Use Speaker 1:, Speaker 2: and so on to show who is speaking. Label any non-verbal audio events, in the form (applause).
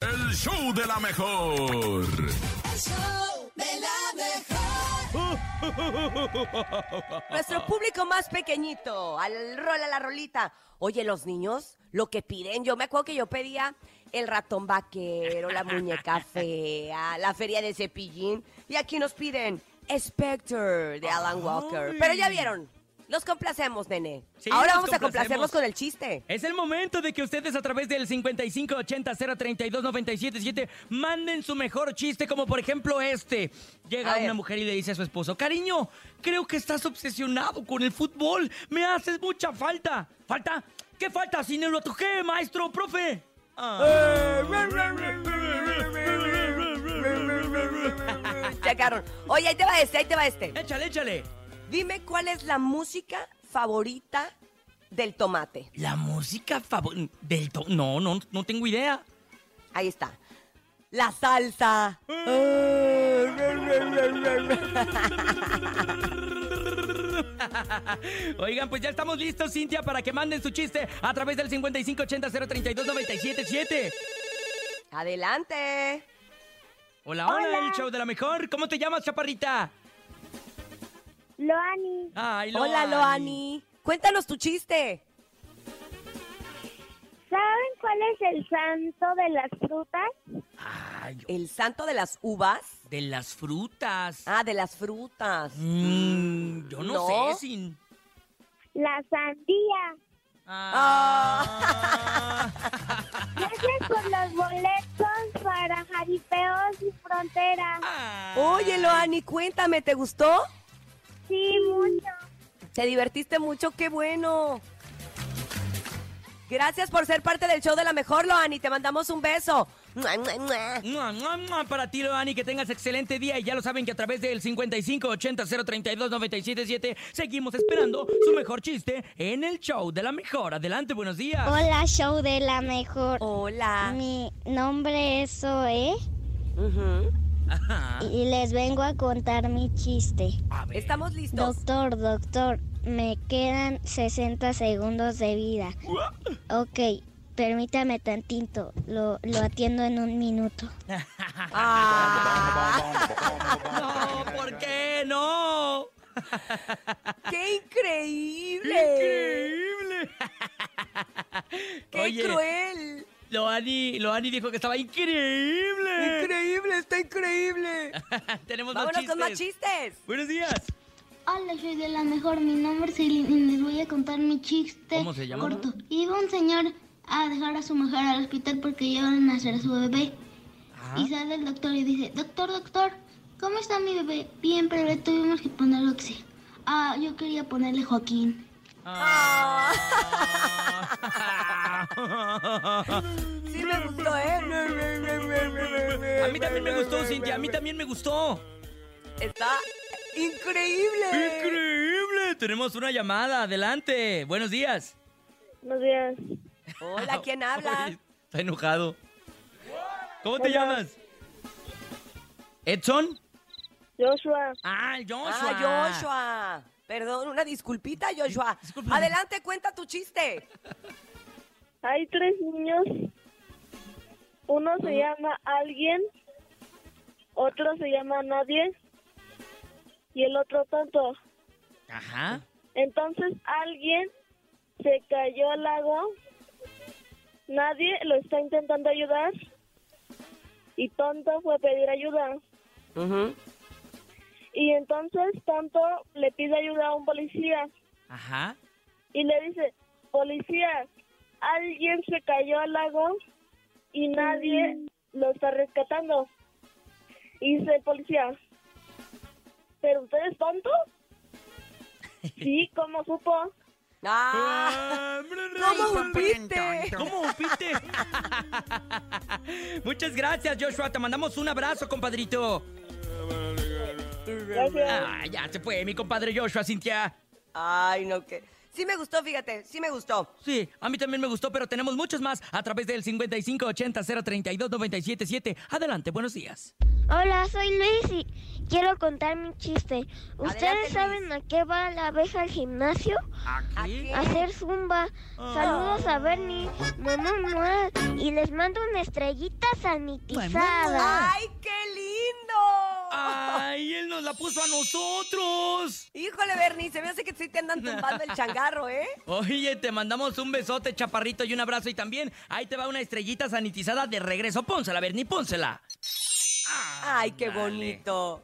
Speaker 1: el show de la mejor.
Speaker 2: El show de la mejor.
Speaker 3: (laughs)
Speaker 4: Nuestro público más pequeñito, al rol, a la rolita. Oye, los niños, lo que piden, yo me acuerdo que yo pedía el ratón vaquero,
Speaker 3: (laughs)
Speaker 4: la muñeca fea, la feria de cepillín. Y aquí nos piden Spectre de Alan Walker. Pero ya vieron, los complacemos, nene.
Speaker 3: Sí,
Speaker 4: Ahora
Speaker 3: los
Speaker 4: vamos a
Speaker 3: complacemos.
Speaker 4: complacernos con el chiste.
Speaker 3: Es el momento de que ustedes a través del 5580-032-977 manden su mejor chiste, como por ejemplo este.
Speaker 4: A
Speaker 3: Llega
Speaker 4: ver.
Speaker 3: una mujer y le dice a su esposo, cariño, creo que estás obsesionado con el fútbol, me haces mucha falta. ¿Falta? ¿Qué falta? Si no lo toqué, maestro, profe.
Speaker 4: Eh, Checaron. Oye, ahí te va este, ahí te va este.
Speaker 3: Échale, échale.
Speaker 4: Dime cuál es la música favorita del tomate.
Speaker 3: La música favorita del... to- No, no, no tengo idea.
Speaker 4: Ahí está. La salsa.
Speaker 3: (laughs) Oigan, pues ya estamos listos, Cintia, para que manden su chiste a través del 5580-032-977.
Speaker 4: Adelante.
Speaker 3: Hola, hola, el show de la mejor. ¿Cómo te llamas, chaparrita?
Speaker 5: Loani,
Speaker 3: Ay,
Speaker 4: Hola, Loani. Cuéntanos tu chiste.
Speaker 5: ¿saben cuál es el santo de las frutas?
Speaker 3: Ay,
Speaker 4: El santo de las uvas.
Speaker 3: de las frutas.
Speaker 4: Ah, de las frutas.
Speaker 3: Mm, yo no,
Speaker 4: No.
Speaker 3: sé, sin.
Speaker 5: La sandía.
Speaker 3: Ah.
Speaker 5: Gracias por los boletos para Jaripeo Sin Fronteras.
Speaker 3: Ah.
Speaker 4: (laughs) Oye, Loani, cuéntame, ¿te gustó?
Speaker 5: Sí, mucho.
Speaker 4: ¿Te divertiste mucho? ¡Qué bueno! Gracias por ser parte del show de la mejor, Loani. Te mandamos un beso. ¡Mua, mua, mua!
Speaker 3: Mua, mua, mua, Para ti, Loani, que tengas excelente día. Y ya lo saben que a través del 5580-032-977 seguimos esperando su mejor chiste en el show de la mejor. Adelante, buenos días.
Speaker 6: Hola, show de la mejor.
Speaker 4: Hola.
Speaker 6: Mi nombre es Zoe
Speaker 4: Ujú.
Speaker 3: Ajá.
Speaker 6: y les vengo a contar mi chiste.
Speaker 3: (laughs) A ver.
Speaker 4: Estamos listos.
Speaker 6: Doctor, doctor, me quedan 60 segundos de vida. Ok, permítame tantito, lo, lo atiendo en un minuto.
Speaker 3: (laughs)
Speaker 4: Ah,
Speaker 3: No, ¿por qué no?
Speaker 4: ¡Qué increíble!
Speaker 3: ¡Increíble!
Speaker 4: ¡Qué
Speaker 3: Oye, (laughs)
Speaker 4: cruel!
Speaker 3: Loani, Loani dijo que estaba increíble.
Speaker 4: ¡Increíble! ¡Está increíble!
Speaker 3: (laughs) Tenemos más
Speaker 4: Vámonos
Speaker 3: chistes.
Speaker 4: con más chistes.
Speaker 3: Buenos días.
Speaker 4: (laughs)
Speaker 7: Hola, soy de la mejor. Mi nombre es Eileen y les voy a contar mi chiste
Speaker 3: ¿Cómo se llama?
Speaker 7: corto. Iba un señor a dejar a su mujer al hospital porque iban a nacer a su bebé. Y sale el doctor y dice, doctor, doctor, ¿cómo está mi bebé? Bien, pero le tuvimos que poner oxi. Ah, yo quería ponerle Joaquín.
Speaker 4: Ah. Sí me gustó, ¿eh?
Speaker 3: A mí también me gustó, Cintia. A mí también me gustó.
Speaker 4: Está increíble.
Speaker 3: Increíble. Tenemos una llamada. Adelante. Buenos días.
Speaker 5: Buenos días.
Speaker 4: Hola,
Speaker 3: (laughs)
Speaker 4: ¿quién habla?
Speaker 3: Oye, Está enojado. ¿Cómo te llamas? ¿Edson?
Speaker 5: Joshua,
Speaker 3: Ah, el Joshua.
Speaker 4: Ah, Joshua. Perdón, una disculpita, Joshua.
Speaker 3: Disculpa.
Speaker 4: Adelante, cuenta tu chiste.
Speaker 5: hay tres niños. Uno se llama alguien, otro se llama nadie y el otro tanto.
Speaker 3: Ajá.
Speaker 5: Entonces alguien se cayó al lago, nadie lo está intentando ayudar y Tonto fue a pedir ayuda. Y entonces Tonto le pide ayuda a un policía
Speaker 3: Ajá.
Speaker 5: y le dice, policía, alguien se cayó al lago y nadie lo está rescatando. Y dice el policía, ¿pero usted es tonto? sí, ¿cómo supo?
Speaker 4: Ah, ¿Cómo supiste?
Speaker 3: ¿Cómo supiste? (laughs) Muchas gracias, Joshua. Te mandamos un abrazo, compadrito.
Speaker 5: Gracias.
Speaker 3: Ah, ya se fue, mi compadre Joshua, Cintia.
Speaker 4: Ay, no, que. Sí me gustó, fíjate, sí me gustó.
Speaker 3: Sí, a mí también me gustó, pero tenemos muchos más a través del 5580-032-977. Adelante, buenos días.
Speaker 7: Hola, soy Luis y quiero contar mi chiste.
Speaker 4: Adelante,
Speaker 7: ¿Ustedes saben a qué va la abeja al gimnasio?
Speaker 3: ¿A
Speaker 4: ¿A
Speaker 3: qué?
Speaker 4: qué?
Speaker 7: A hacer zumba. Saludos a Bernie. Mamá, mamá. Y les mando una estrellita sanitizada.
Speaker 4: ¡Ay, qué lindo!
Speaker 3: Ah. ¡Ay, él nos la puso a nosotros!
Speaker 4: Híjole, Bernie, se me hace que sí te andan tumbando el changarro, ¿eh?
Speaker 3: Oye, te mandamos un besote, chaparrito, y un abrazo. Y también ahí te va una estrellita sanitizada de regreso. Pónsela, Bernie, pónsela.
Speaker 4: ¡Ay, qué
Speaker 3: Ándale.
Speaker 4: bonito!